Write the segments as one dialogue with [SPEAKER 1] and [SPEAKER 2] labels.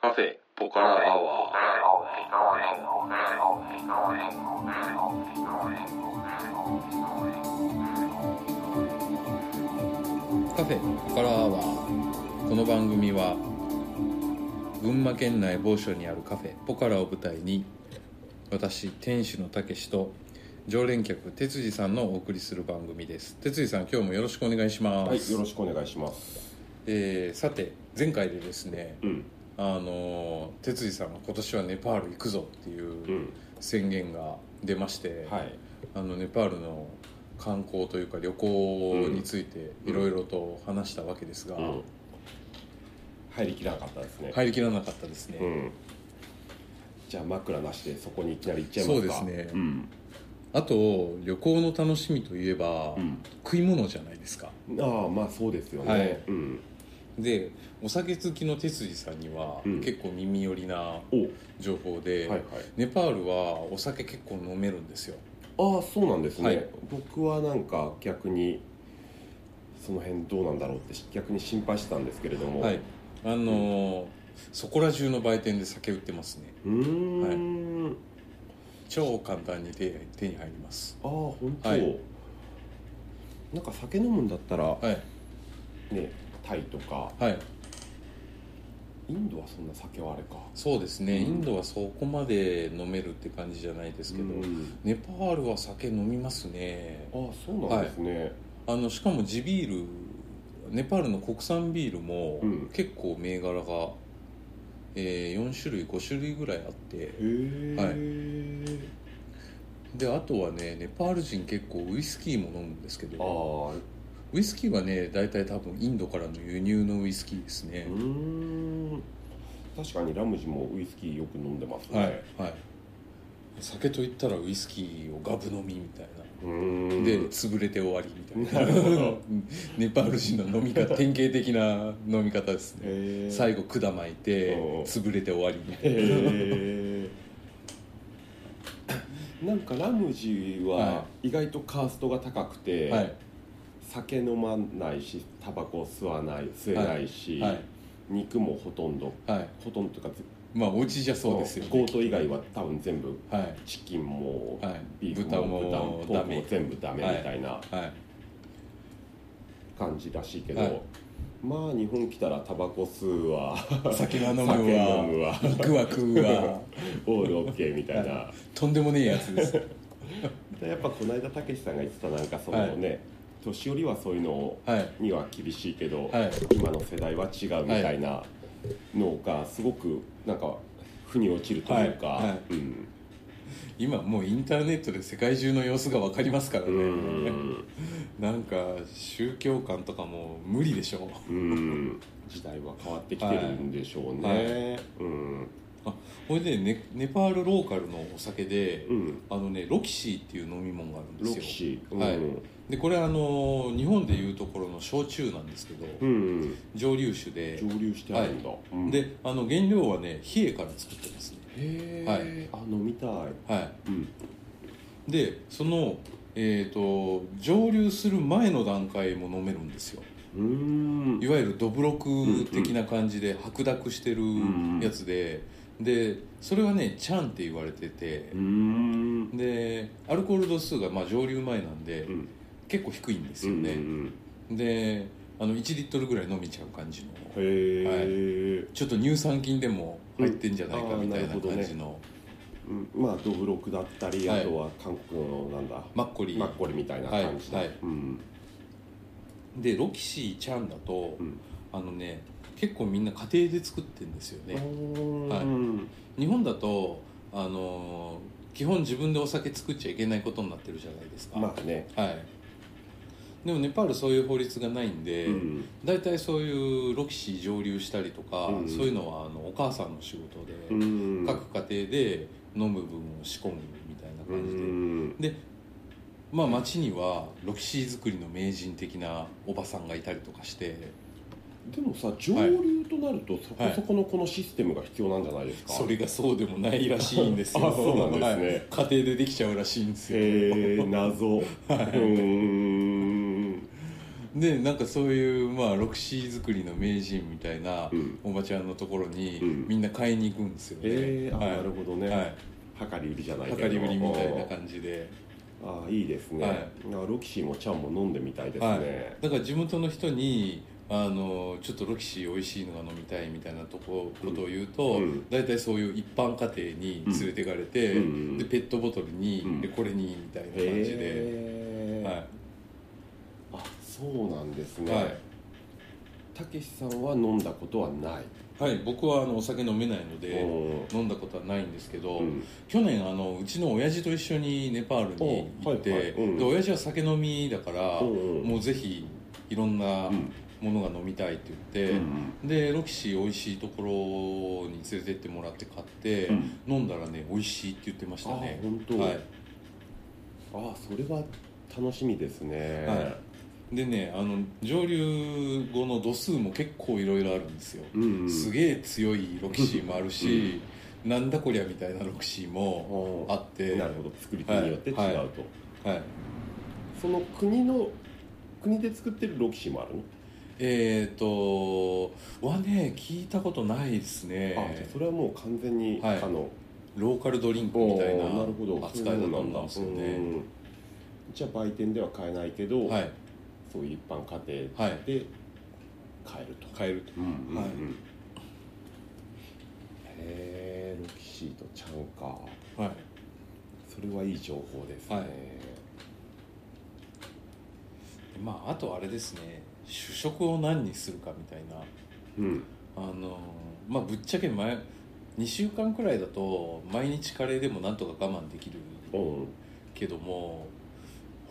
[SPEAKER 1] カフェポカラアワーカフェポカラアワーこの番組は群馬県内某所にあるカフェポカラを舞台に私店主のたけしと常連客哲司さんのお送りする番組です哲司さん今日もよろしくお願いします、
[SPEAKER 2] はい、よろしくお願いします。
[SPEAKER 1] えーさて前回でですね
[SPEAKER 2] うん、
[SPEAKER 1] あのー哲司さんが今年はネパール行くぞって
[SPEAKER 2] う、
[SPEAKER 1] いうん宣言が出まして、
[SPEAKER 2] はい、
[SPEAKER 1] あのネパールの観光というか旅行について
[SPEAKER 2] うん
[SPEAKER 1] いろいろと話したわけですが、
[SPEAKER 2] うん。入りきらなかったですね。
[SPEAKER 1] 入りきらなかったですね、
[SPEAKER 2] うん。じゃあ枕なしでそこにいきなり行っちゃい
[SPEAKER 1] そ
[SPEAKER 2] ま
[SPEAKER 1] う
[SPEAKER 2] す
[SPEAKER 1] で
[SPEAKER 2] か。
[SPEAKER 1] すね
[SPEAKER 2] うん、
[SPEAKER 1] あと旅行の楽しみといえば、食い物じゃないですか
[SPEAKER 2] うん。ああ、まあそうですよね。
[SPEAKER 1] はい
[SPEAKER 2] うん。
[SPEAKER 1] でお酒好きの哲司さんには、
[SPEAKER 2] うん
[SPEAKER 1] 結構耳寄りな
[SPEAKER 2] お、
[SPEAKER 1] 情報
[SPEAKER 2] は
[SPEAKER 1] で、
[SPEAKER 2] いはい。
[SPEAKER 1] ネパールはお酒結構飲めるんですよ
[SPEAKER 2] ああ、そうなんですね。
[SPEAKER 1] はい
[SPEAKER 2] 僕はなんか逆にその辺どうなんだろうって逆に心配してたんですけれども。
[SPEAKER 1] はい。あのーそこら中の売店で酒売ってますね
[SPEAKER 2] うーん。
[SPEAKER 1] 超簡単に手手に入ります
[SPEAKER 2] ああ、本当。
[SPEAKER 1] はい
[SPEAKER 2] なんか酒飲むんだったら
[SPEAKER 1] はい
[SPEAKER 2] ね、タイとか
[SPEAKER 1] はい
[SPEAKER 2] インドはそんな酒はあれか。
[SPEAKER 1] そうです
[SPEAKER 2] う
[SPEAKER 1] ね、
[SPEAKER 2] ん
[SPEAKER 1] インドはそこまで飲めるって感じじゃないですけど、
[SPEAKER 2] うん
[SPEAKER 1] ネパールは酒飲みますね
[SPEAKER 2] ああそうなんですね、
[SPEAKER 1] あのしかも地ビールネパールの国産ビールも
[SPEAKER 2] うん
[SPEAKER 1] 結構銘柄が、えー4種類5種類ぐらいあって
[SPEAKER 2] へえ、
[SPEAKER 1] はいであとはねネパール人結構ウイスキーも飲むんですけ
[SPEAKER 2] あ
[SPEAKER 1] ど
[SPEAKER 2] あ
[SPEAKER 1] ウイスキーはね大体多分インドからの輸入のウイスキーですね
[SPEAKER 2] う、ーん確かにラムジもウイスキーよく飲んでますね、
[SPEAKER 1] はい、はい酒といったらウイスキーをガブ飲みみたいな
[SPEAKER 2] うーん
[SPEAKER 1] で潰れて終わりみたいな
[SPEAKER 2] なるほど
[SPEAKER 1] ネパール人の飲み方典型的な飲み方ですね
[SPEAKER 2] へえ
[SPEAKER 1] 最後管巻いて
[SPEAKER 2] うん
[SPEAKER 1] 潰れて終わりみたいな
[SPEAKER 2] へえなんかラムジは
[SPEAKER 1] は
[SPEAKER 2] 意外とカーストが高くて、
[SPEAKER 1] はい
[SPEAKER 2] 酒飲まないしタバコ吸わない吸えないし、
[SPEAKER 1] はい
[SPEAKER 2] 肉もほとんど
[SPEAKER 1] はい
[SPEAKER 2] ほとんどというか
[SPEAKER 1] まあお家じゃそうですよ
[SPEAKER 2] ゴ
[SPEAKER 1] ね
[SPEAKER 2] ート以外は多分全部
[SPEAKER 1] はい
[SPEAKER 2] チキンも
[SPEAKER 1] はい
[SPEAKER 2] ビーフ
[SPEAKER 1] 豚
[SPEAKER 2] も
[SPEAKER 1] も
[SPEAKER 2] 豚も
[SPEAKER 1] ダ
[SPEAKER 2] 豚
[SPEAKER 1] メ
[SPEAKER 2] も全部ダメみたいな
[SPEAKER 1] はい
[SPEAKER 2] 感じらしいけど、
[SPEAKER 1] はい
[SPEAKER 2] まあ日本来たらタバコ吸うわ
[SPEAKER 1] 酒は飲む
[SPEAKER 2] 酒飲
[SPEAKER 1] わ
[SPEAKER 2] む わ
[SPEAKER 1] 肉は食う わ
[SPEAKER 2] オールオッケーみたいな、
[SPEAKER 1] とんでもねえやつです
[SPEAKER 2] やっぱこの間たけしさんが言ってたなんかそのね、年寄りはそういうの
[SPEAKER 1] はい
[SPEAKER 2] には厳しいけど、
[SPEAKER 1] はい
[SPEAKER 2] 今の世代は違うみたいなのがすごくなんか腑に落ちるというか、
[SPEAKER 1] はいは
[SPEAKER 2] う
[SPEAKER 1] い
[SPEAKER 2] ん
[SPEAKER 1] 今もうインターネットで世界中の様子が分かりますから
[SPEAKER 2] う
[SPEAKER 1] ね
[SPEAKER 2] ん
[SPEAKER 1] なんか宗教観とかも無理でしょ
[SPEAKER 2] うん時代は変わってきてるんでしょうね、
[SPEAKER 1] はい
[SPEAKER 2] うん
[SPEAKER 1] これでネネパールローカルのお酒で、
[SPEAKER 2] うん
[SPEAKER 1] あのねロキシーっていう飲み物があるんで
[SPEAKER 2] ロ
[SPEAKER 1] すよ
[SPEAKER 2] キシー、
[SPEAKER 1] はい
[SPEAKER 2] うん
[SPEAKER 1] でこれあの日本でいうところの焼酎なんですけど、
[SPEAKER 2] うん、
[SPEAKER 1] 蒸留酒で
[SPEAKER 2] 蒸留してあるんだ、うんへ
[SPEAKER 1] であの原料はね冷えから作ってますね
[SPEAKER 2] え、
[SPEAKER 1] はい
[SPEAKER 2] あ飲みたい、
[SPEAKER 1] は
[SPEAKER 2] うん、
[SPEAKER 1] いでそのえー、と蒸留する前の段階も飲めるんですよ
[SPEAKER 2] うーん
[SPEAKER 1] いわゆるどぶろく的な感じで白濁してる
[SPEAKER 2] んうん
[SPEAKER 1] やつで、でそれはねチャンって言われてて
[SPEAKER 2] うー、ん
[SPEAKER 1] でアルコール度数がまあ蒸留前なんで、
[SPEAKER 2] うん
[SPEAKER 1] 結構低いんですよね、
[SPEAKER 2] うん
[SPEAKER 1] であの1リットルぐらい飲みちゃう感じの
[SPEAKER 2] うん、へえ、
[SPEAKER 1] ちょっと乳酸菌でも入ってんじゃないか
[SPEAKER 2] うん
[SPEAKER 1] みたい
[SPEAKER 2] あーな
[SPEAKER 1] な
[SPEAKER 2] るほどね
[SPEAKER 1] 感じの
[SPEAKER 2] うん、まあドブロクだったり、
[SPEAKER 1] はい
[SPEAKER 2] あとは韓国のなんだ
[SPEAKER 1] マッコリ
[SPEAKER 2] マッコリみたいな感じだ、
[SPEAKER 1] はいはい
[SPEAKER 2] うん
[SPEAKER 1] でロキシーちゃんだと、
[SPEAKER 2] うん
[SPEAKER 1] あのね結構みんな家庭で作ってるんですよ
[SPEAKER 2] うー
[SPEAKER 1] ね
[SPEAKER 2] ん
[SPEAKER 1] はい日本だとあのー基本自分でお酒作っちゃいけないことになってるじゃないですか、
[SPEAKER 2] まあね、
[SPEAKER 1] はいでもネパールそういう法律がないんで、
[SPEAKER 2] うん、
[SPEAKER 1] 大体そういうロキシー蒸留したりとか、
[SPEAKER 2] うん
[SPEAKER 1] そういうのはあのお母さんの仕事で、
[SPEAKER 2] うん
[SPEAKER 1] 各家庭で飲む分を仕込むみたいな
[SPEAKER 2] う
[SPEAKER 1] 感じで、
[SPEAKER 2] ん
[SPEAKER 1] まあ町にはロキシー作りの名人的なおばさんがいたりとかして
[SPEAKER 2] でもさ上流となると、そこそこのこのシステムが必要なんじゃないですか、
[SPEAKER 1] それがそうでもないらしいんです よ
[SPEAKER 2] あそうなんですね
[SPEAKER 1] はい家庭でで きちゃうらしいんですよ
[SPEAKER 2] へえ謎うーん
[SPEAKER 1] でなんかそういう、まあ、ロクシー作りの名人みたいな
[SPEAKER 2] うん
[SPEAKER 1] おばちゃんのところに、
[SPEAKER 2] うん
[SPEAKER 1] みんな買いに行くんですよね、
[SPEAKER 2] えーあ
[SPEAKER 1] はい、
[SPEAKER 2] なるほどね
[SPEAKER 1] はい
[SPEAKER 2] 量り売りじゃないけ
[SPEAKER 1] 量
[SPEAKER 2] ど
[SPEAKER 1] り売りみたいな感じで、
[SPEAKER 2] ああいいですね、
[SPEAKER 1] はい
[SPEAKER 2] あロキシーもチャンも飲んでみたいです
[SPEAKER 1] は
[SPEAKER 2] ね、
[SPEAKER 1] い、だから地元の人にあのちょっとロキシー美味しいのが飲みたいみたいなとこ
[SPEAKER 2] うん
[SPEAKER 1] ことを言うと
[SPEAKER 2] うん
[SPEAKER 1] 大体、そういう一般家庭に連れてかれて、
[SPEAKER 2] うんうんうん
[SPEAKER 1] でペットボトルに、
[SPEAKER 2] うん
[SPEAKER 1] でこれにみたいな感じで、
[SPEAKER 2] へえ
[SPEAKER 1] はい
[SPEAKER 2] あそうなんです
[SPEAKER 1] は
[SPEAKER 2] ねたけしさんは飲んだことはない
[SPEAKER 1] い、はい、僕はあのお酒飲めないので
[SPEAKER 2] お
[SPEAKER 1] 飲んだことはないんですけ
[SPEAKER 2] ー
[SPEAKER 1] ど、
[SPEAKER 2] うん
[SPEAKER 1] 去年あのうちの親父と一緒にネパールに行って、
[SPEAKER 2] おはいはいうん
[SPEAKER 1] で親父は酒飲みだから、
[SPEAKER 2] うん
[SPEAKER 1] もうぜひいろんな
[SPEAKER 2] うん
[SPEAKER 1] ものが飲みたいって言って、
[SPEAKER 2] うん
[SPEAKER 1] でロキシー美味しいところに連れてってもらって買って、
[SPEAKER 2] うん
[SPEAKER 1] 飲んだらね美味しいって言ってましたね
[SPEAKER 2] あ本当
[SPEAKER 1] は
[SPEAKER 2] ああそれは楽しみですね、
[SPEAKER 1] ははい、でねあの蒸留後の度数も結構いろいろあるんですよ、
[SPEAKER 2] うんうん、
[SPEAKER 1] す
[SPEAKER 2] げえ
[SPEAKER 1] げえ強いロキシーもあるし、なんだこりゃみたいなロキシーもあ
[SPEAKER 2] あ
[SPEAKER 1] って
[SPEAKER 2] なるほど作り手によって違うと、
[SPEAKER 1] はいははい、
[SPEAKER 2] その国の国で作ってるロキシーもあるの、
[SPEAKER 1] えっ、とはね聞いたことないです
[SPEAKER 2] あじゃ
[SPEAKER 1] ね
[SPEAKER 2] あそれはもう完全に、
[SPEAKER 1] はい
[SPEAKER 2] あの
[SPEAKER 1] ローカルドリンクみたいな
[SPEAKER 2] おーるほど
[SPEAKER 1] 扱いだと思うんですよ
[SPEAKER 2] そう
[SPEAKER 1] ね
[SPEAKER 2] なんだうんじゃあ売店では買えないけど、
[SPEAKER 1] はい
[SPEAKER 2] そういう一般家庭
[SPEAKER 1] はい
[SPEAKER 2] で買えると、
[SPEAKER 1] 買える
[SPEAKER 2] うんうんうん
[SPEAKER 1] はい
[SPEAKER 2] へえロキシーとちゃうか
[SPEAKER 1] とはい
[SPEAKER 2] それはいい情報ですね、
[SPEAKER 1] はいまああとあれですね主食を何にするかみたいな
[SPEAKER 2] うん
[SPEAKER 1] あのまあぶっちゃけ前2週間くらいだと毎日カレーでもなんとか我慢できる
[SPEAKER 2] うん
[SPEAKER 1] けども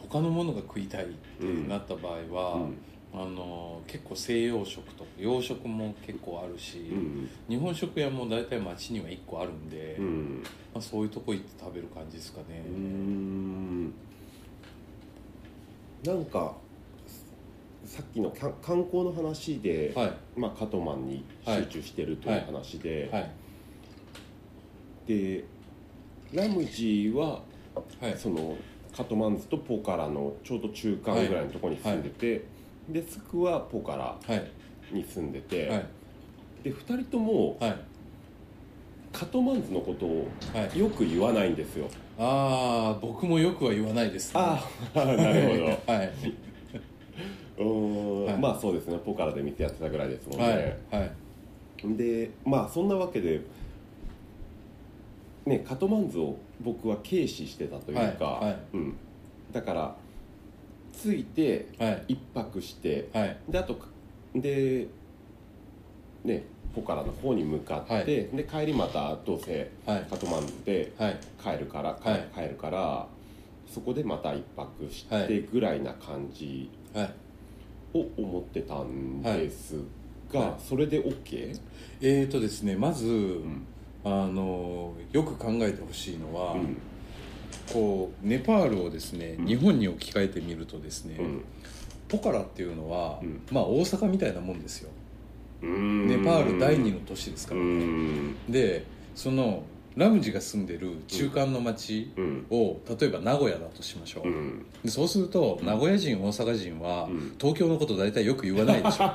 [SPEAKER 1] 他のものが食いたいってなった場合は、
[SPEAKER 2] うん
[SPEAKER 1] あの結構西洋食とか洋食も結構あるし、
[SPEAKER 2] うん
[SPEAKER 1] 日本食屋も大体町には1個あるんで、
[SPEAKER 2] う
[SPEAKER 1] ま
[SPEAKER 2] ん
[SPEAKER 1] あ、そういうとこ行って食べる感じですかね
[SPEAKER 2] う、んなんかさっきのか観光の話で、
[SPEAKER 1] はい
[SPEAKER 2] まあ、カトマンに集中してるという話で、
[SPEAKER 1] はい
[SPEAKER 2] でラムジーは
[SPEAKER 1] はい
[SPEAKER 2] そのカトマンズとポカラのちょうど中間ぐらいのところに住んでて、でスクはポカラ
[SPEAKER 1] はい
[SPEAKER 2] に住んでて、
[SPEAKER 1] はい
[SPEAKER 2] で2人とも
[SPEAKER 1] はい
[SPEAKER 2] カトマンズのことを
[SPEAKER 1] はい
[SPEAKER 2] よく言わないんですよ
[SPEAKER 1] ああ僕もよくは言わないです、
[SPEAKER 2] あ なる
[SPEAKER 1] ど はいう
[SPEAKER 2] ーん、
[SPEAKER 1] はい
[SPEAKER 2] まあそうですねポカラで店やってたぐらいですもん
[SPEAKER 1] はい
[SPEAKER 2] ね、
[SPEAKER 1] はい
[SPEAKER 2] でまあそんなわけでねカトマンズを僕は軽視してたというか、
[SPEAKER 1] はいはい
[SPEAKER 2] うん、だからついて
[SPEAKER 1] はい
[SPEAKER 2] 一泊して
[SPEAKER 1] はい
[SPEAKER 2] であとでねポカラの方に向かって、
[SPEAKER 1] はい
[SPEAKER 2] で帰りまたどうせ
[SPEAKER 1] はい
[SPEAKER 2] カトマンズで
[SPEAKER 1] はい
[SPEAKER 2] 帰るから、か
[SPEAKER 1] はい
[SPEAKER 2] 帰るからそこでまた一泊し
[SPEAKER 1] は
[SPEAKER 2] て
[SPEAKER 1] い
[SPEAKER 2] ぐらいな感じ
[SPEAKER 1] はい
[SPEAKER 2] を思ってたんですが、
[SPEAKER 1] はいはい
[SPEAKER 2] それで OK?
[SPEAKER 1] えーとですねまず、
[SPEAKER 2] うん
[SPEAKER 1] あのよく考えてほしいのは、
[SPEAKER 2] うん
[SPEAKER 1] こうネパールをですね、
[SPEAKER 2] うん
[SPEAKER 1] 日本に置き換えてみるとですね、
[SPEAKER 2] うん
[SPEAKER 1] ポカラっていうのは、
[SPEAKER 2] うん
[SPEAKER 1] まあ大阪みたいなもんですよ
[SPEAKER 2] うん
[SPEAKER 1] ネパール第二の都市ですか
[SPEAKER 2] う
[SPEAKER 1] ら、
[SPEAKER 2] ん
[SPEAKER 1] でそのラムジが住んでる中間の町
[SPEAKER 2] うん
[SPEAKER 1] を例えば名古屋だとしましょ
[SPEAKER 2] う
[SPEAKER 1] う、
[SPEAKER 2] ん
[SPEAKER 1] でそうすると
[SPEAKER 2] うん
[SPEAKER 1] 名古屋人大阪人は、
[SPEAKER 2] うん
[SPEAKER 1] 東京のこと大体よく言わないで しょ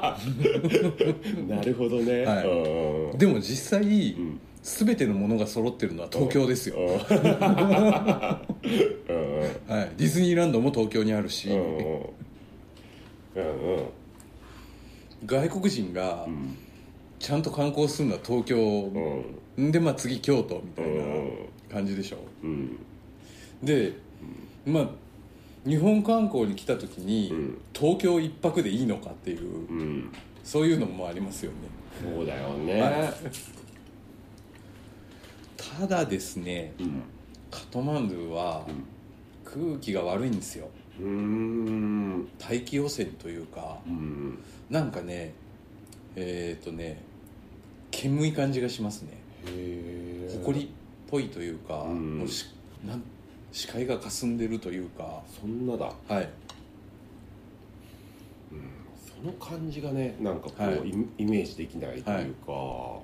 [SPEAKER 2] なるほどね、
[SPEAKER 1] はい
[SPEAKER 2] うん
[SPEAKER 1] でも実際
[SPEAKER 2] うん
[SPEAKER 1] 全てのものが揃ってるのは東京ですよ、
[SPEAKER 2] うんうん
[SPEAKER 1] はい、ディズニーランドも東京にあるし、
[SPEAKER 2] うんうんうんうん
[SPEAKER 1] 外国人が
[SPEAKER 2] うん
[SPEAKER 1] ちゃんと観光するのは東京
[SPEAKER 2] う、ん
[SPEAKER 1] でまあ次京都
[SPEAKER 2] う
[SPEAKER 1] みたいなん感じでしょ
[SPEAKER 2] うん
[SPEAKER 1] でまあ日本観光に来た時に、
[SPEAKER 2] うん
[SPEAKER 1] 東京一泊でいいのかっていう
[SPEAKER 2] うん
[SPEAKER 1] そういうのもありますよね
[SPEAKER 2] そうだよね、
[SPEAKER 1] はただですね
[SPEAKER 2] うん
[SPEAKER 1] カトマンドゥは空気が悪いんですよ
[SPEAKER 2] うーん
[SPEAKER 1] 大気汚染というか
[SPEAKER 2] うん
[SPEAKER 1] なんかねえっ、とね煙い感じがしますね
[SPEAKER 2] へえ
[SPEAKER 1] 埃っぽいというか、
[SPEAKER 2] うん
[SPEAKER 1] もうしなん視界が霞んでるというか
[SPEAKER 2] そんなだ、
[SPEAKER 1] はい
[SPEAKER 2] うん、その感じがねなんかこう、
[SPEAKER 1] はい
[SPEAKER 2] イメイメージできないというか、
[SPEAKER 1] 道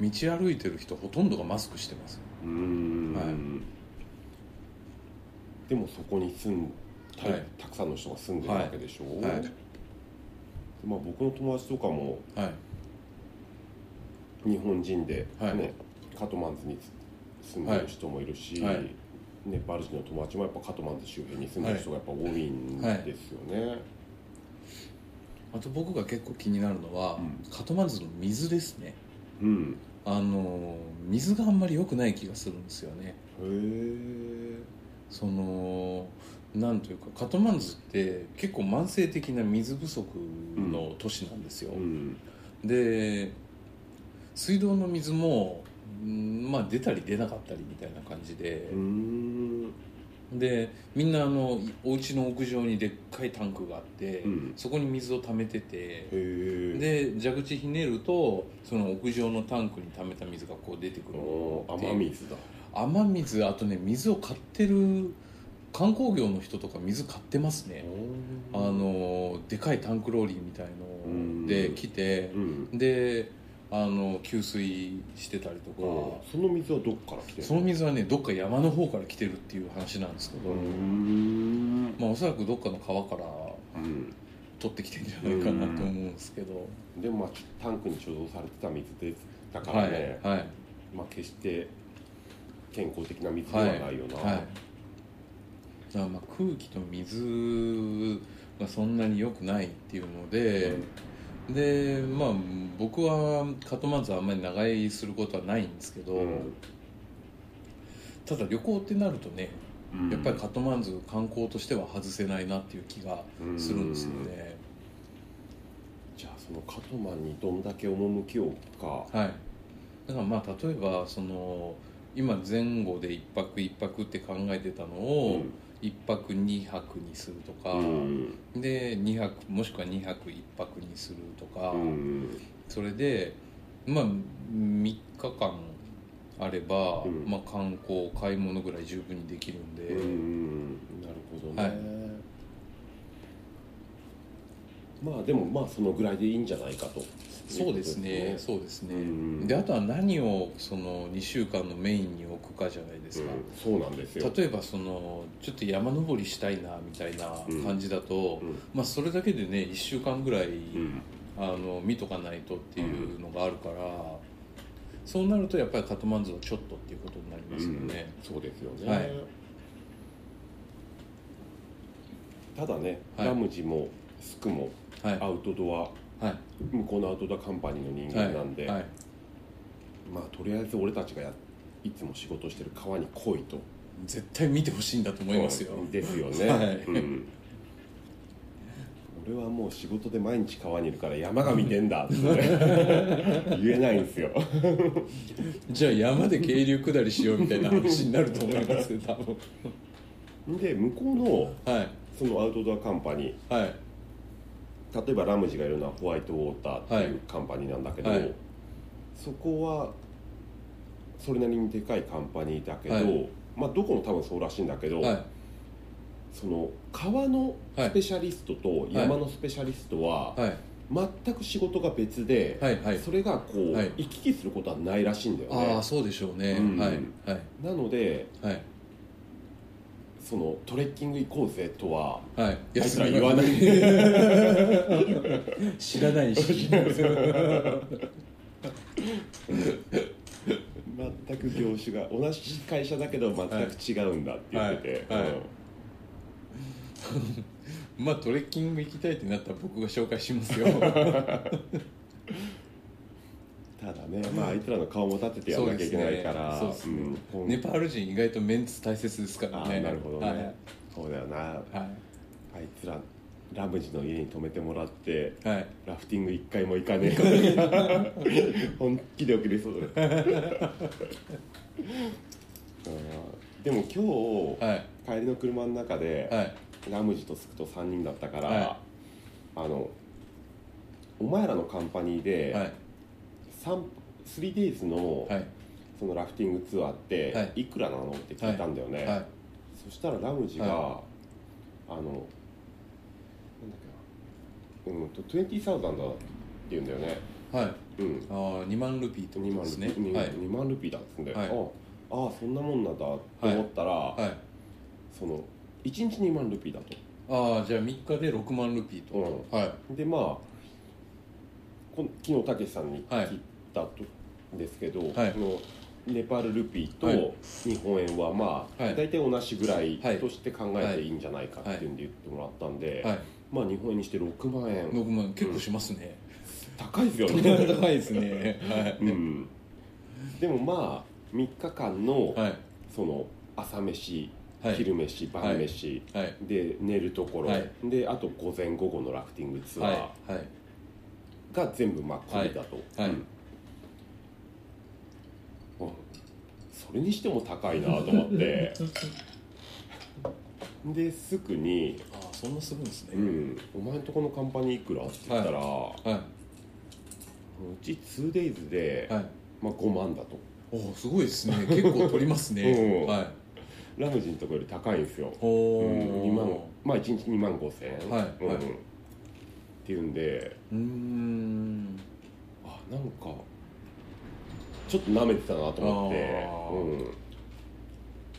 [SPEAKER 1] 歩いてる人ほとんどがマスクしてます
[SPEAKER 2] うーん、
[SPEAKER 1] は
[SPEAKER 2] でもそこに住んた,、
[SPEAKER 1] はい
[SPEAKER 2] たくさんの人が住んでるわけでしょ、
[SPEAKER 1] はい
[SPEAKER 2] まあ、僕の友達とかも
[SPEAKER 1] はい
[SPEAKER 2] 日本人で、ね
[SPEAKER 1] はい
[SPEAKER 2] カトマンズに住んでる人もいるし、
[SPEAKER 1] はいはい
[SPEAKER 2] ネパール人の友達もやっぱカトマンズ周辺に住んでる人がやっぱ多いんですよね、
[SPEAKER 1] あと僕が結構気になるのは、
[SPEAKER 2] うん
[SPEAKER 1] カトマンズの水ですね
[SPEAKER 2] うん
[SPEAKER 1] あの水があんまり良くない気がするんですよ
[SPEAKER 2] へ
[SPEAKER 1] ね
[SPEAKER 2] え
[SPEAKER 1] そのなんというかカトマンズって結構慢性的な水不足の都市なんですよ、
[SPEAKER 2] うん
[SPEAKER 1] で水道の水も、うんまあ、出たり出なかったりみたいな感じで
[SPEAKER 2] うー、ん
[SPEAKER 1] でみんなあのお家の屋上にでっかいタンクがあって、
[SPEAKER 2] うん
[SPEAKER 1] そこに水を溜めてて
[SPEAKER 2] へえ
[SPEAKER 1] で蛇口ひねるとその屋上のタンクに溜めた水がこう出てくる
[SPEAKER 2] おー雨水だ
[SPEAKER 1] 雨水あとね水を買ってる観光業の人とか水買ってますね、あのでかいタンクローリーみたいので来て
[SPEAKER 2] う、ん
[SPEAKER 1] であの給水してたりとか、
[SPEAKER 2] その水はどこから来てる
[SPEAKER 1] その水はねどっか山の方から来てるっていう話なんですけど、
[SPEAKER 2] うーん
[SPEAKER 1] まあ、おそらくどっかの川から
[SPEAKER 2] うん
[SPEAKER 1] 取ってきてんじゃないかなと思うんですけど、
[SPEAKER 2] でもまあタンクに貯蔵されてた水ですだか
[SPEAKER 1] は
[SPEAKER 2] ら
[SPEAKER 1] い
[SPEAKER 2] ね、
[SPEAKER 1] はい
[SPEAKER 2] まあ決して健康的な水では
[SPEAKER 1] はい
[SPEAKER 2] ないよな、
[SPEAKER 1] はいだからまあ空気と水がそんなに良くないっていうので、でまあ僕はカトマンズはあんまり長居することはないんですけど、
[SPEAKER 2] うん
[SPEAKER 1] ただ旅行ってなるとね
[SPEAKER 2] うん
[SPEAKER 1] やっぱりカトマンズ観光としては外せないなっていう気がするんですよね、
[SPEAKER 2] じゃあそのカトマンにどんだけ趣を置くか
[SPEAKER 1] はいだからまあ例えばその今前後で1泊1泊って考えてたのを1泊2泊にするとか、
[SPEAKER 2] うん
[SPEAKER 1] で2泊もしくは2泊1泊にするとか、
[SPEAKER 2] うん
[SPEAKER 1] それでまあ3日間あれば、
[SPEAKER 2] うん
[SPEAKER 1] まあ、観光買い物ぐらい十分にできるんで、
[SPEAKER 2] うんなるほどね、
[SPEAKER 1] はい
[SPEAKER 2] まあでもまあそのぐらいでいいんじゃないかと
[SPEAKER 1] そうですねそうですね、
[SPEAKER 2] うん
[SPEAKER 1] であとは何をその2週間のメインに置くかじゃないですか、
[SPEAKER 2] うんそうなんですよ
[SPEAKER 1] 例えばそのちょっと山登りしたいなみたいな感じだと、
[SPEAKER 2] うん
[SPEAKER 1] まあ、それだけでね1週間ぐらい、
[SPEAKER 2] うん
[SPEAKER 1] あの見とかないとっていうのがあるから、そうなるとやっぱりカトマンズはちょっとっていうことになりますよね、
[SPEAKER 2] うんそうですよね、
[SPEAKER 1] はい
[SPEAKER 2] ただね、
[SPEAKER 1] はい
[SPEAKER 2] ラムジもスクも
[SPEAKER 1] はい
[SPEAKER 2] アウトドア
[SPEAKER 1] はい
[SPEAKER 2] 向こうのアウトドアカンパニーの人
[SPEAKER 1] は
[SPEAKER 2] 間
[SPEAKER 1] い
[SPEAKER 2] なんで、
[SPEAKER 1] はい
[SPEAKER 2] まあとりあえず俺たちがやいつも仕事してる川に来いと
[SPEAKER 1] 絶対見てほしいんだと思いますよ、
[SPEAKER 2] ですよね、
[SPEAKER 1] はい
[SPEAKER 2] うん俺はもう仕事で毎日川にいるから山が見てん だってね言えないんですよ
[SPEAKER 1] じゃあ山で渓流下りしようみたいな話になると思い ますよ多分
[SPEAKER 2] で向こうの
[SPEAKER 1] はい
[SPEAKER 2] そのアウトドアカンパニー
[SPEAKER 1] はい
[SPEAKER 2] 例えばラムジがいるのはホワイトウォーターってい
[SPEAKER 1] は
[SPEAKER 2] う
[SPEAKER 1] い
[SPEAKER 2] カンパニーなんだけど、
[SPEAKER 1] はい
[SPEAKER 2] そこはそれなりにでかいカンパニーだけど、
[SPEAKER 1] はい
[SPEAKER 2] まあどこも多分そうらしいんだけど、
[SPEAKER 1] はい
[SPEAKER 2] その川のスペシャリストと
[SPEAKER 1] い
[SPEAKER 2] 山のスペシャリストは
[SPEAKER 1] はい
[SPEAKER 2] 全く仕事が別で、
[SPEAKER 1] はいはい
[SPEAKER 2] それがこう、
[SPEAKER 1] はい
[SPEAKER 2] 行き来することはないらしいんだよ
[SPEAKER 1] あ
[SPEAKER 2] ね
[SPEAKER 1] あそうでしょうね、
[SPEAKER 2] うん
[SPEAKER 1] はいはい
[SPEAKER 2] なので
[SPEAKER 1] はい
[SPEAKER 2] そのトレッキング行こうぜとは
[SPEAKER 1] は
[SPEAKER 2] あ
[SPEAKER 1] い
[SPEAKER 2] いつら言わない
[SPEAKER 1] 知らないし
[SPEAKER 2] 全く業種が同じ会社だけど全く違うんだって言ってて、
[SPEAKER 1] はいはい
[SPEAKER 2] うん
[SPEAKER 1] まあトレッキング行きたいってなったら僕が紹介します よ
[SPEAKER 2] ただね、まあ、あいつらの顔も立ててやらなきゃいけないから
[SPEAKER 1] そうですねそうですね
[SPEAKER 2] うん
[SPEAKER 1] ネパール人意外とメンツ大切ですか
[SPEAKER 2] あ
[SPEAKER 1] らね
[SPEAKER 2] ーなるほどね、
[SPEAKER 1] はい
[SPEAKER 2] そうだよなあ
[SPEAKER 1] はい
[SPEAKER 2] つらラムジの家に泊めてもらって
[SPEAKER 1] い、はい
[SPEAKER 2] ラフティング一回も行かねえから 本気で起きれそうだねうんでも今日、
[SPEAKER 1] はい
[SPEAKER 2] 帰りの車の中で、
[SPEAKER 1] はい
[SPEAKER 2] ラムジとスクと3人だったから、
[SPEAKER 1] はい
[SPEAKER 2] あのお前らのカンパニーで、
[SPEAKER 1] はい
[SPEAKER 2] 三 3days の,、
[SPEAKER 1] はい
[SPEAKER 2] そのラフティングツアーって、、
[SPEAKER 1] はい
[SPEAKER 2] くらなのって聞いたんだよね、
[SPEAKER 1] はい
[SPEAKER 2] そしたらラムジが、
[SPEAKER 1] は
[SPEAKER 2] あのなんだっけなうんと20,000だって言うんだよね
[SPEAKER 1] はい
[SPEAKER 2] うん
[SPEAKER 1] ああ2万ルピーってこ
[SPEAKER 2] 2
[SPEAKER 1] と
[SPEAKER 2] 万
[SPEAKER 1] で
[SPEAKER 2] ル
[SPEAKER 1] す
[SPEAKER 2] ピ
[SPEAKER 1] ね
[SPEAKER 2] ー、
[SPEAKER 1] はい
[SPEAKER 2] 2万ルピーだっつうんだよ、
[SPEAKER 1] はい
[SPEAKER 2] あああそんなもんなんだと思ったら、
[SPEAKER 1] はい
[SPEAKER 2] その1日2万ルピーだと
[SPEAKER 1] ああじゃあ3日で6万ルピーと、
[SPEAKER 2] う
[SPEAKER 1] はい
[SPEAKER 2] でまあこん昨日たけしさんに
[SPEAKER 1] はい
[SPEAKER 2] 聞いたと、ですけど、
[SPEAKER 1] はい
[SPEAKER 2] そのネパールルピー
[SPEAKER 1] はい
[SPEAKER 2] と日本円はまあ、
[SPEAKER 1] はい
[SPEAKER 2] 大体同じぐらい
[SPEAKER 1] はい
[SPEAKER 2] として考えていいんじゃないかっていうんで言ってもらったんで、
[SPEAKER 1] はい
[SPEAKER 2] まあ日本円にして6万円
[SPEAKER 1] 僕も結構しますね、
[SPEAKER 2] 高いですよ
[SPEAKER 1] とても
[SPEAKER 2] ね、
[SPEAKER 1] 高いですねはい、
[SPEAKER 2] うん、でもまあ3日間の、
[SPEAKER 1] はい
[SPEAKER 2] その朝飯、
[SPEAKER 1] はい
[SPEAKER 2] 昼飯晩飯、
[SPEAKER 1] はい
[SPEAKER 2] で寝るところ、
[SPEAKER 1] はい
[SPEAKER 2] であと午前午後のラフティングツアー
[SPEAKER 1] はいはい
[SPEAKER 2] が全部まあ込みだと、
[SPEAKER 1] はいはい
[SPEAKER 2] うんうんそれにしても高いなと思って ですぐに
[SPEAKER 1] ああそんなするんです
[SPEAKER 2] 「
[SPEAKER 1] ね、
[SPEAKER 2] うん、お前んとこのカンパニーいくら?」って言ったら、
[SPEAKER 1] は
[SPEAKER 2] うち 2days で、
[SPEAKER 1] いはい
[SPEAKER 2] まあ、5万だと
[SPEAKER 1] おおすごいですね結構取りますね
[SPEAKER 2] うん
[SPEAKER 1] はい
[SPEAKER 2] ラムジンとかより高いんですよ
[SPEAKER 1] お
[SPEAKER 2] うん
[SPEAKER 1] お、
[SPEAKER 2] 2万まあ1日2万5千円、
[SPEAKER 1] はい
[SPEAKER 2] うん
[SPEAKER 1] はい
[SPEAKER 2] っていうんで
[SPEAKER 1] うーん
[SPEAKER 2] あなんかちょっと舐めてたなと思って
[SPEAKER 1] あー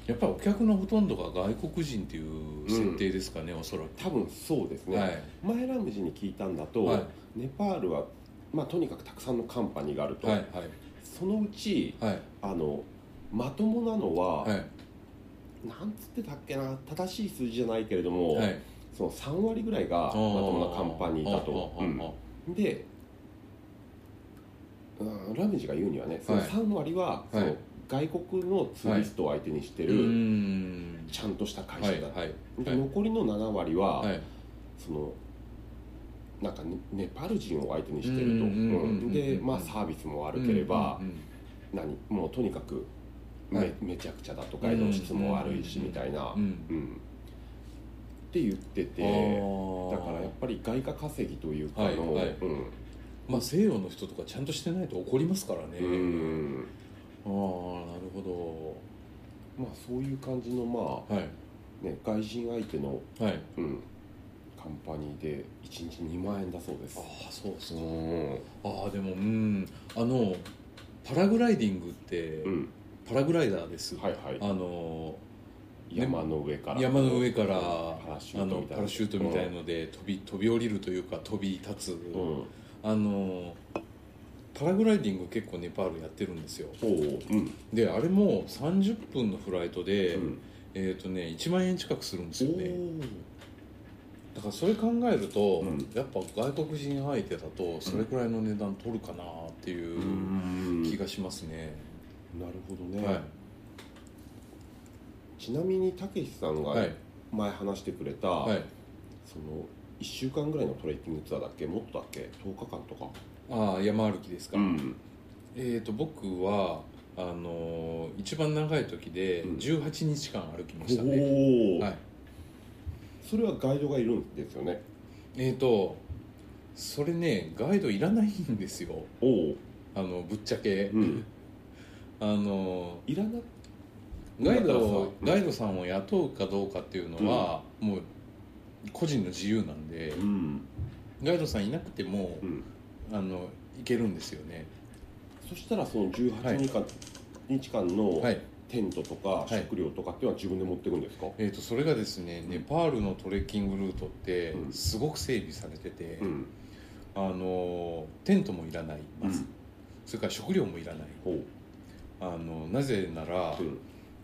[SPEAKER 1] やっぱりお客のほとんどが外国人っていう設定ですかね、おそら
[SPEAKER 2] う
[SPEAKER 1] く
[SPEAKER 2] ん、多分そうですね、
[SPEAKER 1] はい
[SPEAKER 2] 前ラムジに聞いたんだと、
[SPEAKER 1] はい
[SPEAKER 2] ネパールは、まあ、とにかくたくさんのカンパニーがあると、
[SPEAKER 1] はい
[SPEAKER 2] そのうち
[SPEAKER 1] はいはい
[SPEAKER 2] あのまともなのは、
[SPEAKER 1] はい
[SPEAKER 2] なんつってたっけな正しい数字じゃないけれども、
[SPEAKER 1] はい
[SPEAKER 2] その3割ぐらいがまともなカンパニーだと、
[SPEAKER 1] あー
[SPEAKER 2] うんで、うんラムジが言うにはねその
[SPEAKER 1] はい
[SPEAKER 2] 3割は、そ
[SPEAKER 1] はい
[SPEAKER 2] の外国のツーリストを相手にして
[SPEAKER 1] うー
[SPEAKER 2] る、
[SPEAKER 1] ん
[SPEAKER 2] ちゃんとした会
[SPEAKER 1] は
[SPEAKER 2] 社
[SPEAKER 1] い
[SPEAKER 2] だ、
[SPEAKER 1] はい
[SPEAKER 2] で残りの7割は、
[SPEAKER 1] はい
[SPEAKER 2] そのなんかねネパール人を相手にしてると、
[SPEAKER 1] うんうんうんうん
[SPEAKER 2] うんでまあサービスも悪ければ、
[SPEAKER 1] うんうん
[SPEAKER 2] 何もうとにかくめ,、
[SPEAKER 1] はい
[SPEAKER 2] めちゃくちゃだとガイドの質も悪いしみたいな、
[SPEAKER 1] う
[SPEAKER 2] うん
[SPEAKER 1] ん
[SPEAKER 2] って言って
[SPEAKER 1] うん
[SPEAKER 2] て
[SPEAKER 1] あ
[SPEAKER 2] だ
[SPEAKER 1] ー
[SPEAKER 2] からやっぱり外貨稼ぎというか
[SPEAKER 1] はい
[SPEAKER 2] の、
[SPEAKER 1] はい
[SPEAKER 2] うん
[SPEAKER 1] まあ西洋の人とかちゃんとしてないと怒りますからね、
[SPEAKER 2] うん
[SPEAKER 1] ああなるほ
[SPEAKER 2] まあそういう感じのま
[SPEAKER 1] どはい
[SPEAKER 2] あ、ね、外人相手の、
[SPEAKER 1] はい
[SPEAKER 2] うん、カンパニーで1日2万円だそうです
[SPEAKER 1] あ。あそうですか
[SPEAKER 2] うん
[SPEAKER 1] ああでもうんあのパラグライディングって、
[SPEAKER 2] うん、
[SPEAKER 1] パラグライダーです、
[SPEAKER 2] はいはい
[SPEAKER 1] あの
[SPEAKER 2] 山の上から
[SPEAKER 1] 山の上から、
[SPEAKER 2] パラシュ
[SPEAKER 1] あ
[SPEAKER 2] ート
[SPEAKER 1] の
[SPEAKER 2] みたいな
[SPEAKER 1] パラシュートみたいので、飛び飛び降りるというか飛び立つ、
[SPEAKER 2] うん、うん
[SPEAKER 1] あのパラグライディング結構ネパールやってるんですよ
[SPEAKER 2] おううん
[SPEAKER 1] であれも30分のフライトで、
[SPEAKER 2] うん
[SPEAKER 1] えっ、とね1万円近くするんですよ
[SPEAKER 2] お
[SPEAKER 1] ね
[SPEAKER 2] ー
[SPEAKER 1] だからそれ考えると、
[SPEAKER 2] うん
[SPEAKER 1] やっぱ外国人相手だとそれくらいの値段取るかなっていううん気がしますね、
[SPEAKER 2] なるほどね、
[SPEAKER 1] はい
[SPEAKER 2] ちなみにたけしさん
[SPEAKER 1] は
[SPEAKER 2] が
[SPEAKER 1] い
[SPEAKER 2] 前話してくれた、
[SPEAKER 1] はい
[SPEAKER 2] その1週間ぐらいのトレッキングツアーだっけもっとだっけ10日間とか
[SPEAKER 1] ああ山歩きですか、
[SPEAKER 2] ん
[SPEAKER 1] えー、と僕はあのー一番長い時で
[SPEAKER 2] うん
[SPEAKER 1] 18日間歩きました
[SPEAKER 2] お
[SPEAKER 1] ね、
[SPEAKER 2] お、
[SPEAKER 1] はい
[SPEAKER 2] それはガイドがいるんですよね
[SPEAKER 1] えっ、とそれねガイドいらないんですよ
[SPEAKER 2] おお
[SPEAKER 1] あのぶっちゃけ、
[SPEAKER 2] うん
[SPEAKER 1] あの
[SPEAKER 2] いらな
[SPEAKER 1] ーガイドを
[SPEAKER 2] うん
[SPEAKER 1] ガイドさんを雇うかどうかっていうのは、もう個人の自由なんで
[SPEAKER 2] ん、
[SPEAKER 1] ガイドさんいなくても
[SPEAKER 2] うん、
[SPEAKER 1] あの行けるんですよね
[SPEAKER 2] そしたらその18日間、日間の
[SPEAKER 1] はい
[SPEAKER 2] テントとか
[SPEAKER 1] はい
[SPEAKER 2] 食料とかっていうのは自分で持っていくんですか、
[SPEAKER 1] えー、とそれがですね
[SPEAKER 2] うん
[SPEAKER 1] ネパールのトレッキングルートって
[SPEAKER 2] うん
[SPEAKER 1] すごく整備されてて、
[SPEAKER 2] うん
[SPEAKER 1] あのテントもいらないまず、
[SPEAKER 2] うん
[SPEAKER 1] それから食料もいらない
[SPEAKER 2] ほう
[SPEAKER 1] あのなぜなら、
[SPEAKER 2] うん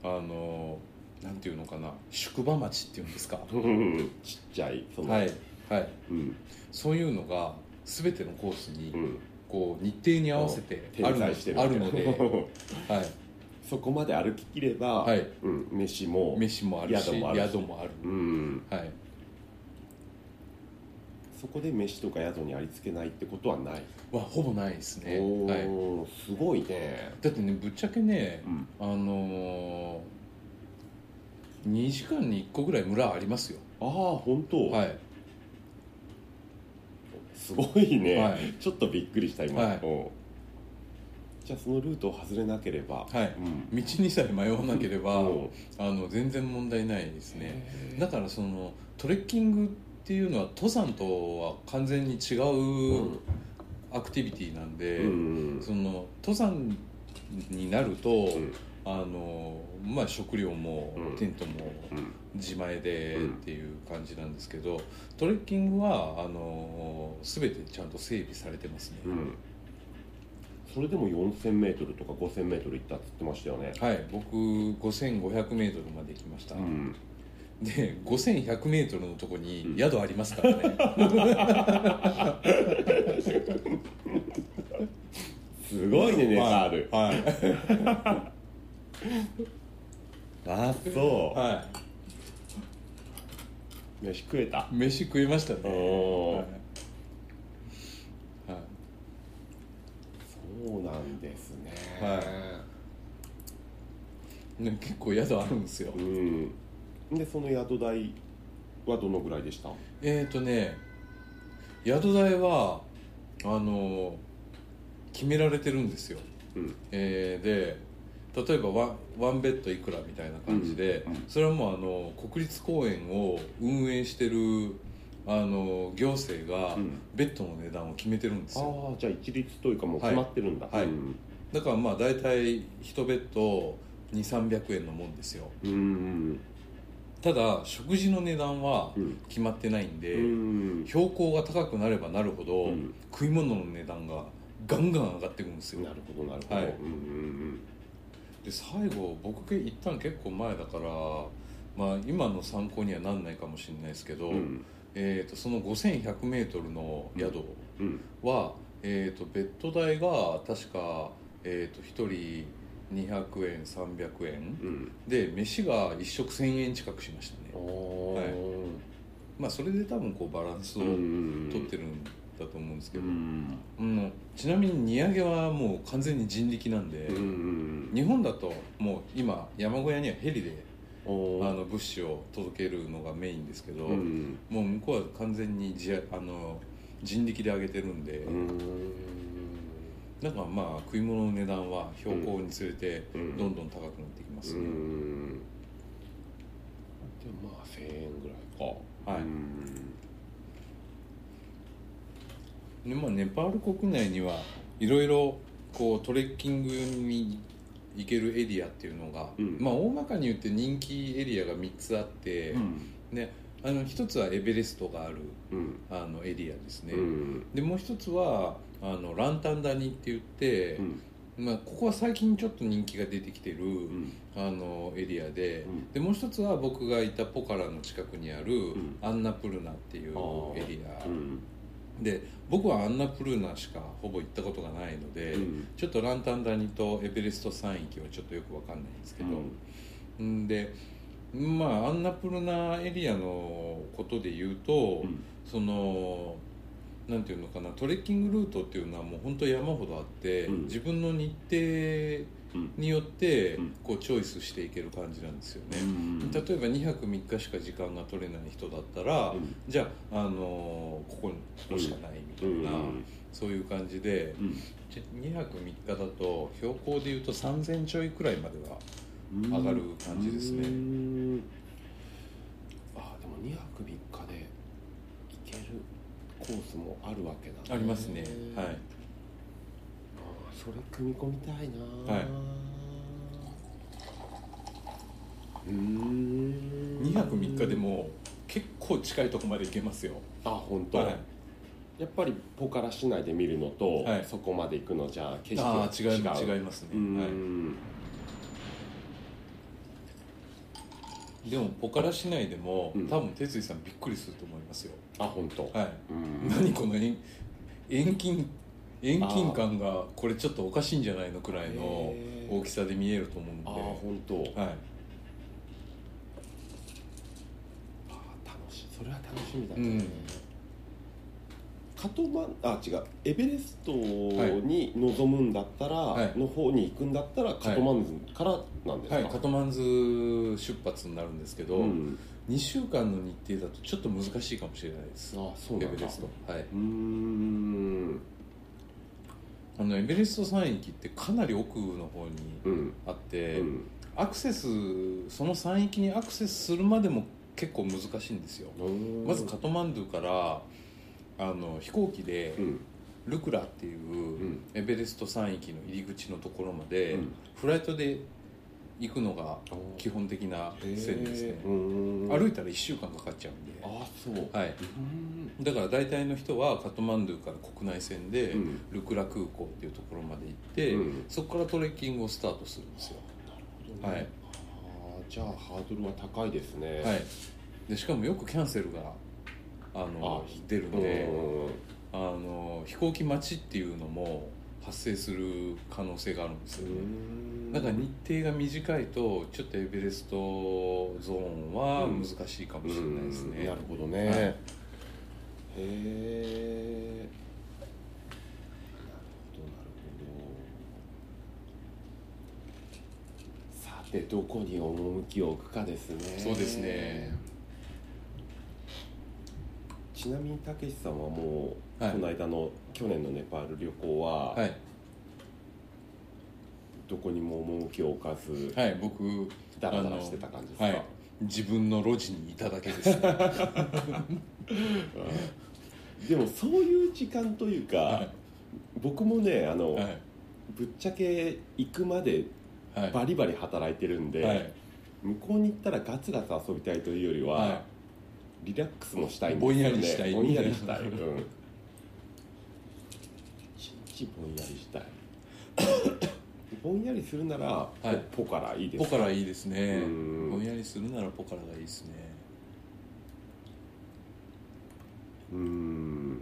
[SPEAKER 1] あのなんていうのかな宿場町っていうんですか、
[SPEAKER 2] うんちっちゃいその、
[SPEAKER 1] はいはい
[SPEAKER 2] うん
[SPEAKER 1] そういうのが全てのコースに、
[SPEAKER 2] うん、
[SPEAKER 1] こう日程に合わせてある
[SPEAKER 2] 点在してる
[SPEAKER 1] あるの で、はい
[SPEAKER 2] そこまで歩ききれば、
[SPEAKER 1] はい、
[SPEAKER 2] うん、飯も
[SPEAKER 1] 飯もあるし
[SPEAKER 2] 宿もあるし
[SPEAKER 1] 宿もある
[SPEAKER 2] うん、
[SPEAKER 1] はい、
[SPEAKER 2] そこで飯とか宿にありつけないってことはない、
[SPEAKER 1] はほぼないですね、
[SPEAKER 2] お
[SPEAKER 1] はい、
[SPEAKER 2] ー、すごいね、
[SPEAKER 1] だってねぶっちゃけね
[SPEAKER 2] うん、
[SPEAKER 1] あのー、2時間に1個ぐらい村ありますよ
[SPEAKER 2] ああ本当、
[SPEAKER 1] はい
[SPEAKER 2] すごいね、
[SPEAKER 1] はい
[SPEAKER 2] ちょっとびっくりした今、
[SPEAKER 1] はい
[SPEAKER 2] おうじゃあそのルートを外れなければ、
[SPEAKER 1] はい
[SPEAKER 2] うん、
[SPEAKER 1] 道にさえ迷わなければ
[SPEAKER 2] おう
[SPEAKER 1] あの全然問題ないですね
[SPEAKER 2] へー
[SPEAKER 1] だからそのトレッキングっていうのは登山とは完全に違ううアクティビティなんで、
[SPEAKER 2] うん
[SPEAKER 1] その登山になると、
[SPEAKER 2] うん
[SPEAKER 1] あのまあ食料も
[SPEAKER 2] うん
[SPEAKER 1] テントも
[SPEAKER 2] うん
[SPEAKER 1] 自前で
[SPEAKER 2] うん
[SPEAKER 1] っていう感じなんですけどトレッキングはあの全てちゃんと整備されてますね、
[SPEAKER 2] うんそれでも 4000m とか 5000m 行ったって言ってましたよね
[SPEAKER 1] はい僕 5500m まで行きました、
[SPEAKER 2] うん
[SPEAKER 1] で 5100m のとこに
[SPEAKER 2] うん
[SPEAKER 1] 宿ありますからね、
[SPEAKER 2] す ごいねネパール
[SPEAKER 1] はい
[SPEAKER 2] あそ
[SPEAKER 1] は
[SPEAKER 2] う飯食えた
[SPEAKER 1] い、飯食いました
[SPEAKER 2] お
[SPEAKER 1] ね。はい
[SPEAKER 2] おー
[SPEAKER 1] は
[SPEAKER 2] そうなんですね
[SPEAKER 1] はね、結構宿あるんですよ。
[SPEAKER 2] うんでその宿代はどのぐらいでした
[SPEAKER 1] えっ、ー、とね、宿代はあの決められてるんですよ。
[SPEAKER 2] うん
[SPEAKER 1] えーで例えばワンワンベッドいくらみたいな感じで、
[SPEAKER 2] うんうん
[SPEAKER 1] それはもうあの国立公園を運営してるあの行政が
[SPEAKER 2] うん
[SPEAKER 1] ベッドの値段を決めてるんですよ。
[SPEAKER 2] ああじゃあ一律というかもう決まってるんだ
[SPEAKER 1] はいはい
[SPEAKER 2] うん
[SPEAKER 1] だからまあ大体一ベッド2300円のもんですよ
[SPEAKER 2] うん
[SPEAKER 1] ただ食事の値段は
[SPEAKER 2] うん
[SPEAKER 1] 決まってないんで、
[SPEAKER 2] うん
[SPEAKER 1] 標高が高くなればなるほど、
[SPEAKER 2] うん
[SPEAKER 1] 食い物の値段がガンガン上がっていくんですよ
[SPEAKER 2] なるほどなるほど
[SPEAKER 1] はい
[SPEAKER 2] うんうん
[SPEAKER 1] で最後僕行ったん結構前だからまあ今の参考にはなんないかもしれないですけど、
[SPEAKER 2] うんうん
[SPEAKER 1] えー、とその 5100m の宿
[SPEAKER 2] うん
[SPEAKER 1] は、えー、とベッド代が確か、えー、と1人200円300円、
[SPEAKER 2] うん
[SPEAKER 1] で飯が1食1000円近くしました
[SPEAKER 2] ああ
[SPEAKER 1] ねまあそれで多分こうバランスを取ってるんだと思うんですけ
[SPEAKER 2] う
[SPEAKER 1] ど、
[SPEAKER 2] ん
[SPEAKER 1] うんちなみに荷上げはもう完全に人力なんで、
[SPEAKER 2] うんうん
[SPEAKER 1] 日本だともう今山小屋にはヘリで
[SPEAKER 2] あ
[SPEAKER 1] あ
[SPEAKER 2] の
[SPEAKER 1] の物資を届けるのがメインですけど、
[SPEAKER 2] うん
[SPEAKER 1] もう向こうは完全にじあの人力で上げてるんで、だからまあ食い物の値段は標高につれて
[SPEAKER 2] う
[SPEAKER 1] ど
[SPEAKER 2] ん
[SPEAKER 1] んどん高くなってきます
[SPEAKER 2] う
[SPEAKER 1] ね、
[SPEAKER 2] んでもまあ1000円ぐらいか
[SPEAKER 1] はい
[SPEAKER 2] うん
[SPEAKER 1] でまあ、ネパール国内にはいろいろこうトレッキングに行けるエリアっていうのが、
[SPEAKER 2] うん
[SPEAKER 1] まあ大まかに言って人気エリアが3つあって、あの1つはエベレストがある
[SPEAKER 2] うん
[SPEAKER 1] あのエリアですね、
[SPEAKER 2] うん
[SPEAKER 1] でもう1つはあのランタン谷って言って、
[SPEAKER 2] うん
[SPEAKER 1] まあ、ここは最近ちょっと人気が出てきてる、
[SPEAKER 2] うん
[SPEAKER 1] あのエリアで,、
[SPEAKER 2] うん
[SPEAKER 1] でもう1つは僕がいたポカラの近くにある、
[SPEAKER 2] ん
[SPEAKER 1] アンナプルナっていう
[SPEAKER 2] あー
[SPEAKER 1] エリア、
[SPEAKER 2] うん
[SPEAKER 1] で僕はアンナプルーナしかほぼ行ったことがないので、
[SPEAKER 2] うん
[SPEAKER 1] ちょっとランタン谷とエベレスト山域はちょっとよくわかんないんですけど、ん、でまあアンナプルーナエリアのことで言うと、
[SPEAKER 2] うん
[SPEAKER 1] そのなんていうのかなトレッキングルートっていうのはもう本当山ほどあって、
[SPEAKER 2] うん
[SPEAKER 1] 自分の日程
[SPEAKER 2] うん
[SPEAKER 1] によって
[SPEAKER 2] うん
[SPEAKER 1] こうチョイスしていける感じなんですよね。
[SPEAKER 2] うん
[SPEAKER 1] 例えば2泊3日しか時間が取れない人だったら、
[SPEAKER 2] うん
[SPEAKER 1] じゃあ、あのーここにここしかないみたいな、
[SPEAKER 2] うん
[SPEAKER 1] そういう感じでじゃ2泊3日だと標高でいうと3000ちょいくらいまでは
[SPEAKER 2] うん
[SPEAKER 1] 上がる感じです
[SPEAKER 2] う
[SPEAKER 1] ね
[SPEAKER 2] んあでも2泊3日で行けるコースもあるわけだ、
[SPEAKER 1] ありますね、はい
[SPEAKER 2] あーそれ組み込みたいな
[SPEAKER 1] はい
[SPEAKER 2] うん
[SPEAKER 1] 2泊3日でも結構近いとこまで行けますよ
[SPEAKER 2] あ本当、
[SPEAKER 1] はい
[SPEAKER 2] やっぱりポカラ市内で見るのと、
[SPEAKER 1] はい
[SPEAKER 2] そこまで行くのじゃ景色
[SPEAKER 1] あ
[SPEAKER 2] が
[SPEAKER 1] あ違い
[SPEAKER 2] 違う
[SPEAKER 1] 違いますね
[SPEAKER 2] う、ん、
[SPEAKER 1] はい、でもポカラ市内でも、
[SPEAKER 2] うん
[SPEAKER 1] 多分哲司さんびっくりすると思いますよ、
[SPEAKER 2] あ本当、
[SPEAKER 1] はい、
[SPEAKER 2] うん
[SPEAKER 1] 何この遠遠近遠近感がこれちょっとおかしいんじゃないのくらいの
[SPEAKER 2] へー
[SPEAKER 1] 大きさで見えると思うん
[SPEAKER 2] ああ
[SPEAKER 1] で、
[SPEAKER 2] 本当、
[SPEAKER 1] はい、
[SPEAKER 2] あー楽しいそれは楽しみだ
[SPEAKER 1] う
[SPEAKER 2] ね、
[SPEAKER 1] ん
[SPEAKER 2] カトマンあ違うエベレストに望むんだったら、
[SPEAKER 1] はい
[SPEAKER 2] の方に行くんだったらカトマンズからなんですか、
[SPEAKER 1] はい、カトマンズ出発になるんですけど、
[SPEAKER 2] うん、
[SPEAKER 1] 2週間の日程だとちょっと難しいかもしれないです
[SPEAKER 2] あそう
[SPEAKER 1] エ
[SPEAKER 2] なん
[SPEAKER 1] ベ
[SPEAKER 2] だ
[SPEAKER 1] レストはい
[SPEAKER 2] うん
[SPEAKER 1] あのエベレスト山域ってかなり奥の方に
[SPEAKER 2] うん
[SPEAKER 1] あって、
[SPEAKER 2] うん
[SPEAKER 1] アクセスその山域にアクセスするまでも結構難しいんですよ
[SPEAKER 2] うん
[SPEAKER 1] まずカトマンドゥからあの飛行機で
[SPEAKER 2] うん
[SPEAKER 1] ルクラっていううんエベレスト山域の入り口のところまで、
[SPEAKER 2] うん
[SPEAKER 1] フライトで行くのが基本的な線ですね
[SPEAKER 2] うーん
[SPEAKER 1] 歩いたら1週間かかっちゃうんで
[SPEAKER 2] ああそう
[SPEAKER 1] はいう
[SPEAKER 2] ーん
[SPEAKER 1] だから大体の人はカトマンドゥから国内線で
[SPEAKER 2] うん
[SPEAKER 1] ルクラ空港っていうところまで行って、
[SPEAKER 2] うん
[SPEAKER 1] そこからトレッキングをスタートするんですよ
[SPEAKER 2] なるほどね
[SPEAKER 1] はい
[SPEAKER 2] あーじゃあハードルは高いですね
[SPEAKER 1] はいでしかもよくキャンセルがあの
[SPEAKER 2] あ
[SPEAKER 1] 出るん
[SPEAKER 2] うん
[SPEAKER 1] であの飛行機待ちっていうのも発生する可能性があるんですよ
[SPEAKER 2] う
[SPEAKER 1] ね、
[SPEAKER 2] ん
[SPEAKER 1] なんか日程が短いとちょっとエベレストゾーンは難しいかもしれないです
[SPEAKER 2] うん
[SPEAKER 1] ね、
[SPEAKER 2] なるほどね、
[SPEAKER 1] はい
[SPEAKER 2] へえなるほどなるほどさてどこに趣を置くかですね
[SPEAKER 1] そうですね
[SPEAKER 2] ちなみにたけしさんはもう、
[SPEAKER 1] はい
[SPEAKER 2] この間の去年のネパール旅行は、
[SPEAKER 1] はい、
[SPEAKER 2] どこにも趣を置かず、
[SPEAKER 1] はい、僕
[SPEAKER 2] ダラダラしてた感じですか、
[SPEAKER 1] はい自分の路地にいただけですね、
[SPEAKER 2] でもそういう時間というか、
[SPEAKER 1] は
[SPEAKER 2] 僕もねあの、
[SPEAKER 1] いは
[SPEAKER 2] ぶっちゃけ行くまで
[SPEAKER 1] いはい
[SPEAKER 2] バリバリ働いてるんで、
[SPEAKER 1] はい
[SPEAKER 2] 向こうに行ったらガツガツ遊びたいというよりは、
[SPEAKER 1] は
[SPEAKER 2] リラックスもしたいんです
[SPEAKER 1] ぼ
[SPEAKER 2] よ
[SPEAKER 1] ん
[SPEAKER 2] ね
[SPEAKER 1] やりしたい
[SPEAKER 2] ぼんやりしたい、 うん、一日ぼんやりしたい ぼんやりするなら、
[SPEAKER 1] い
[SPEAKER 2] ポポからいい
[SPEAKER 1] い、
[SPEAKER 2] で
[SPEAKER 1] ポ
[SPEAKER 2] す
[SPEAKER 1] カ
[SPEAKER 2] か
[SPEAKER 1] ラいいですね
[SPEAKER 2] うん
[SPEAKER 1] ぼんやりするならポカラがいいですね
[SPEAKER 2] うーん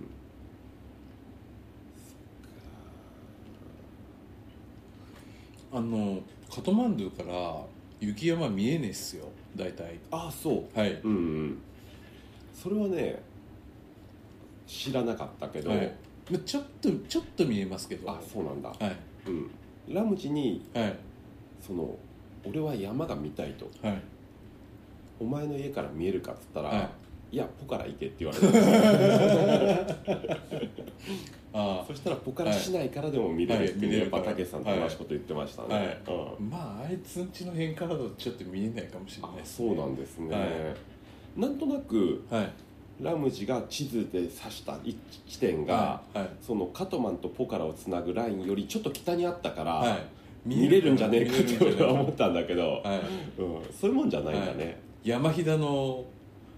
[SPEAKER 1] あのカトマンドゥから雪山見えねえっすよ大体
[SPEAKER 2] ああそう
[SPEAKER 1] はい
[SPEAKER 2] うんうんそれはね知らなかったけど、
[SPEAKER 1] はいまちょっとちょっと見えますけど
[SPEAKER 2] あそうなんだ、
[SPEAKER 1] はい
[SPEAKER 2] うん、ラムジに
[SPEAKER 1] はい
[SPEAKER 2] その俺は山が見たいと
[SPEAKER 1] はい
[SPEAKER 2] お前の家から見えるかっつったら、
[SPEAKER 1] はい
[SPEAKER 2] い、やポから行けって言われ た
[SPEAKER 1] あ
[SPEAKER 2] そしたらポから市内からでも見れるって、
[SPEAKER 1] はいはい
[SPEAKER 2] やっぱたけさんと
[SPEAKER 1] はい
[SPEAKER 2] 同じこと言ってましたね、
[SPEAKER 1] はい
[SPEAKER 2] うん
[SPEAKER 1] まああいつんちの辺からだとちょっと見えないかもしれない
[SPEAKER 2] あ
[SPEAKER 1] です、
[SPEAKER 2] そうなんですね、
[SPEAKER 1] はい
[SPEAKER 2] なんとなく
[SPEAKER 1] はい
[SPEAKER 2] ラムジが地図で指した一地点が、
[SPEAKER 1] はいはい
[SPEAKER 2] そのカトマンとポカラをつなぐラインよりちょっと北にあったから、
[SPEAKER 1] はい
[SPEAKER 2] 見れるんじゃねえかっ
[SPEAKER 1] 見れ
[SPEAKER 2] て
[SPEAKER 1] るんじ
[SPEAKER 2] 俺
[SPEAKER 1] ゃ
[SPEAKER 2] は
[SPEAKER 1] ねえ
[SPEAKER 2] 思ったんだけど、
[SPEAKER 1] かはい
[SPEAKER 2] うん、そういうもんじゃないんだね、
[SPEAKER 1] 山ひだの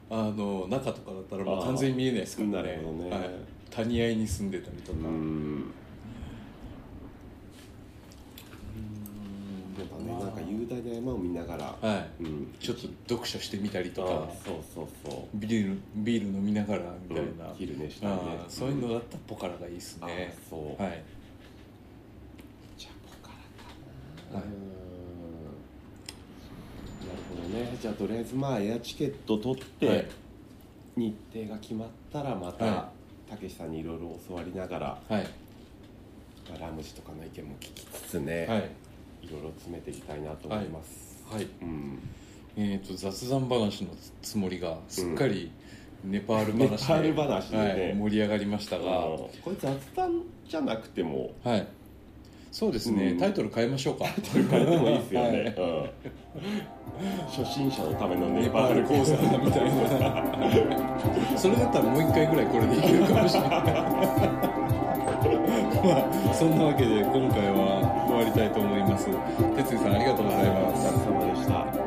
[SPEAKER 1] あの中とかだったらもう完全に見えないですから
[SPEAKER 2] な
[SPEAKER 1] ね
[SPEAKER 2] るほどね、
[SPEAKER 1] はい、谷合いに住んでたりと
[SPEAKER 2] う
[SPEAKER 1] か、
[SPEAKER 2] んそうだ
[SPEAKER 1] まあ
[SPEAKER 2] ねなんか雄大な山を見ながら、
[SPEAKER 1] はい
[SPEAKER 2] うん、
[SPEAKER 1] ちょっと読書してみたりと
[SPEAKER 2] あ
[SPEAKER 1] か
[SPEAKER 2] そうそうそう
[SPEAKER 1] ビールビール飲みながらみたいな、
[SPEAKER 2] うん昼寝したりね
[SPEAKER 1] あーそういうのだったらポカラがいいです
[SPEAKER 2] あ
[SPEAKER 1] ね、
[SPEAKER 2] そう、
[SPEAKER 1] はい、
[SPEAKER 2] じゃあポカラかな、
[SPEAKER 1] はい
[SPEAKER 2] うんなるほどねじゃあとりあえずまあエアチケット取って、
[SPEAKER 1] はい
[SPEAKER 2] 日程が決まったらま
[SPEAKER 1] は
[SPEAKER 2] たたけしさんにいろいろ教わりながら、
[SPEAKER 1] はい
[SPEAKER 2] まあラムジとかの意見も聞きつつね、
[SPEAKER 1] はいい、
[SPEAKER 2] ろいろ詰めていきたいなと思います、
[SPEAKER 1] はい、
[SPEAKER 2] うん
[SPEAKER 1] えー、と雑談話のつもりがすっかりネパール話で,、
[SPEAKER 2] ネパール話でね
[SPEAKER 1] はい、盛り上がりましたが、
[SPEAKER 2] あのこれ雑談じゃなくても
[SPEAKER 1] はいそうです
[SPEAKER 2] う
[SPEAKER 1] ね、
[SPEAKER 2] ん
[SPEAKER 1] タイトル変えましょ うか
[SPEAKER 2] 取り替えてもいい ですよね、うん、初心者のためのネパール講座
[SPEAKER 1] みたいな それだったらもう一回ぐらいこれでいけるかもしれない まあそんなわけで今回は終わりたいと思います哲也さんありがとうござい
[SPEAKER 2] お
[SPEAKER 1] ます
[SPEAKER 2] 疲れ様でした